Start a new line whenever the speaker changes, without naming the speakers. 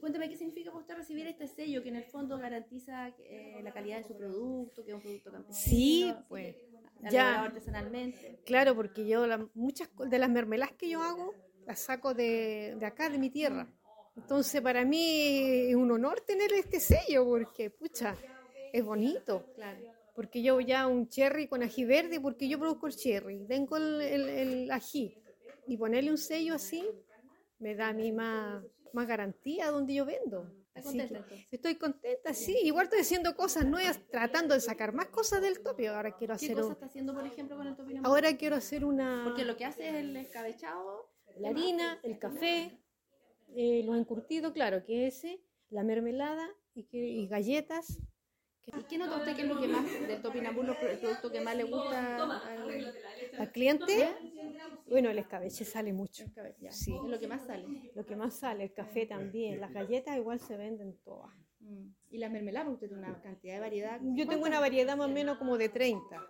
cuéntame qué significa para usted recibir este sello que en el fondo garantiza eh, la calidad de su producto, que es un producto campesino.
Sí, pues.
Ya.
Ya,
Artesanalmente.
claro, porque yo la- muchas co- de las mermeladas que yo hago las saco de, de acá, de mi tierra. Entonces, para mí es un honor tener este sello porque, pucha, es bonito.
Claro.
Porque yo ya un cherry con ají verde, porque yo produzco el cherry, tengo el, el- el ají. Y ponerle un sello así me da a mí más, más garantía donde yo vendo.
¿Está
Así
contenta
que
entonces?
estoy contenta, sí. Igual estoy haciendo cosas nuevas, tratando de sacar más cosas del topio. Ahora quiero
¿Qué
hacer
cosa
un,
está haciendo, por ejemplo, con el topinambú?
ahora quiero hacer una
Porque lo que hace es el escabechado.
la harina, el café, eh, los encurtidos, claro, que ese, la mermelada y, que- y galletas.
¿Y qué nota usted que es lo que más, del topinambú, lo- el producto que más le gusta al
Al cliente, bueno, el escabeche sale mucho.
escabechado?
Sí.
Es lo que más sale.
Lo que más sale, el café también. Las galletas igual se venden todas.
Mm. Y las mermeladas, porque usted tiene una cantidad de variedad.
Yo tengo una variedad más o menos como de 30.